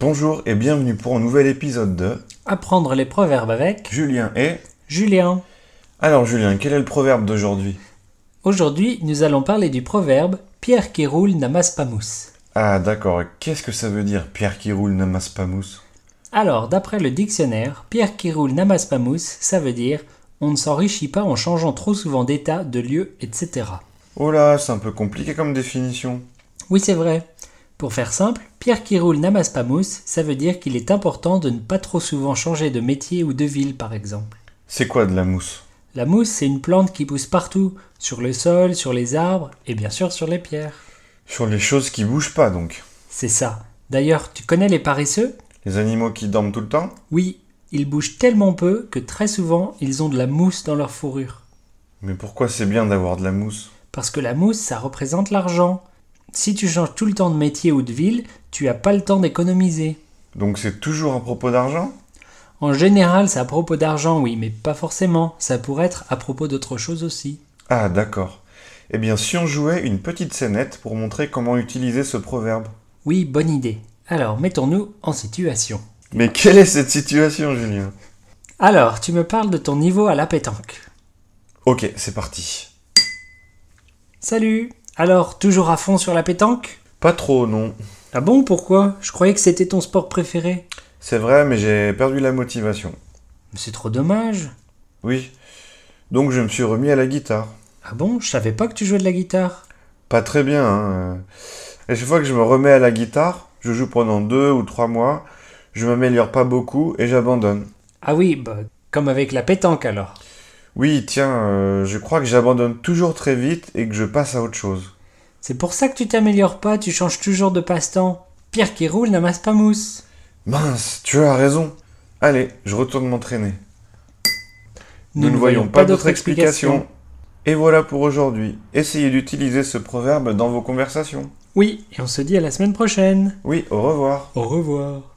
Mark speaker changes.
Speaker 1: Bonjour et bienvenue pour un nouvel épisode de
Speaker 2: Apprendre les proverbes avec
Speaker 1: Julien et...
Speaker 2: Julien.
Speaker 1: Alors Julien, quel est le proverbe d'aujourd'hui
Speaker 2: Aujourd'hui, nous allons parler du proverbe Pierre qui roule n'amasse pas mousse.
Speaker 1: Ah d'accord, et qu'est-ce que ça veut dire Pierre qui roule n'amasse pas mousse
Speaker 2: Alors, d'après le dictionnaire, Pierre qui roule n'amasse pas mousse, ça veut dire on ne s'enrichit pas en changeant trop souvent d'état, de lieu, etc.
Speaker 1: Oh là, c'est un peu compliqué comme définition.
Speaker 2: Oui, c'est vrai. Pour faire simple, Pierre qui roule n'amasse pas mousse, ça veut dire qu'il est important de ne pas trop souvent changer de métier ou de ville, par exemple.
Speaker 1: C'est quoi de la mousse
Speaker 2: La mousse, c'est une plante qui pousse partout, sur le sol, sur les arbres et bien sûr sur les pierres.
Speaker 1: Sur les choses qui bougent pas donc.
Speaker 2: C'est ça. D'ailleurs, tu connais les paresseux
Speaker 1: Les animaux qui dorment tout le temps
Speaker 2: Oui, ils bougent tellement peu que très souvent, ils ont de la mousse dans leur fourrure.
Speaker 1: Mais pourquoi c'est bien d'avoir de la mousse
Speaker 2: Parce que la mousse, ça représente l'argent. Si tu changes tout le temps de métier ou de ville, tu as pas le temps d'économiser.
Speaker 1: Donc c'est toujours à propos d'argent
Speaker 2: En général, c'est à propos d'argent, oui, mais pas forcément. Ça pourrait être à propos d'autre chose aussi.
Speaker 1: Ah d'accord. Eh bien si on jouait une petite scénette pour montrer comment utiliser ce proverbe.
Speaker 2: Oui, bonne idée. Alors, mettons-nous en situation.
Speaker 1: Mais quelle est cette situation Julien
Speaker 2: Alors, tu me parles de ton niveau à la pétanque.
Speaker 1: Ok, c'est parti.
Speaker 2: Salut Alors, toujours à fond sur la pétanque
Speaker 1: Pas trop non.
Speaker 2: Ah bon, pourquoi Je croyais que c'était ton sport préféré.
Speaker 1: C'est vrai mais j'ai perdu la motivation.
Speaker 2: Mais c'est trop dommage.
Speaker 1: Oui. Donc je me suis remis à la guitare.
Speaker 2: Ah bon, je savais pas que tu jouais de la guitare.
Speaker 1: Pas très bien. Hein. Et chaque fois que je me remets à la guitare, je joue pendant deux ou trois mois, je m'améliore pas beaucoup et j'abandonne.
Speaker 2: Ah oui, bah, comme avec la pétanque alors.
Speaker 1: Oui, tiens, euh, je crois que j'abandonne toujours très vite et que je passe à autre chose.
Speaker 2: C'est pour ça que tu t'améliores pas, tu changes toujours de passe-temps. Pierre qui roule n'amasse pas mousse.
Speaker 1: Mince, tu as raison. Allez, je retourne m'entraîner. Nous, ne voyons pas d'autre explication. Et voilà pour aujourd'hui. Essayez d'utiliser ce proverbe dans vos conversations.
Speaker 2: Oui, et on se dit à la semaine prochaine.
Speaker 1: Oui, au revoir.
Speaker 2: Au revoir.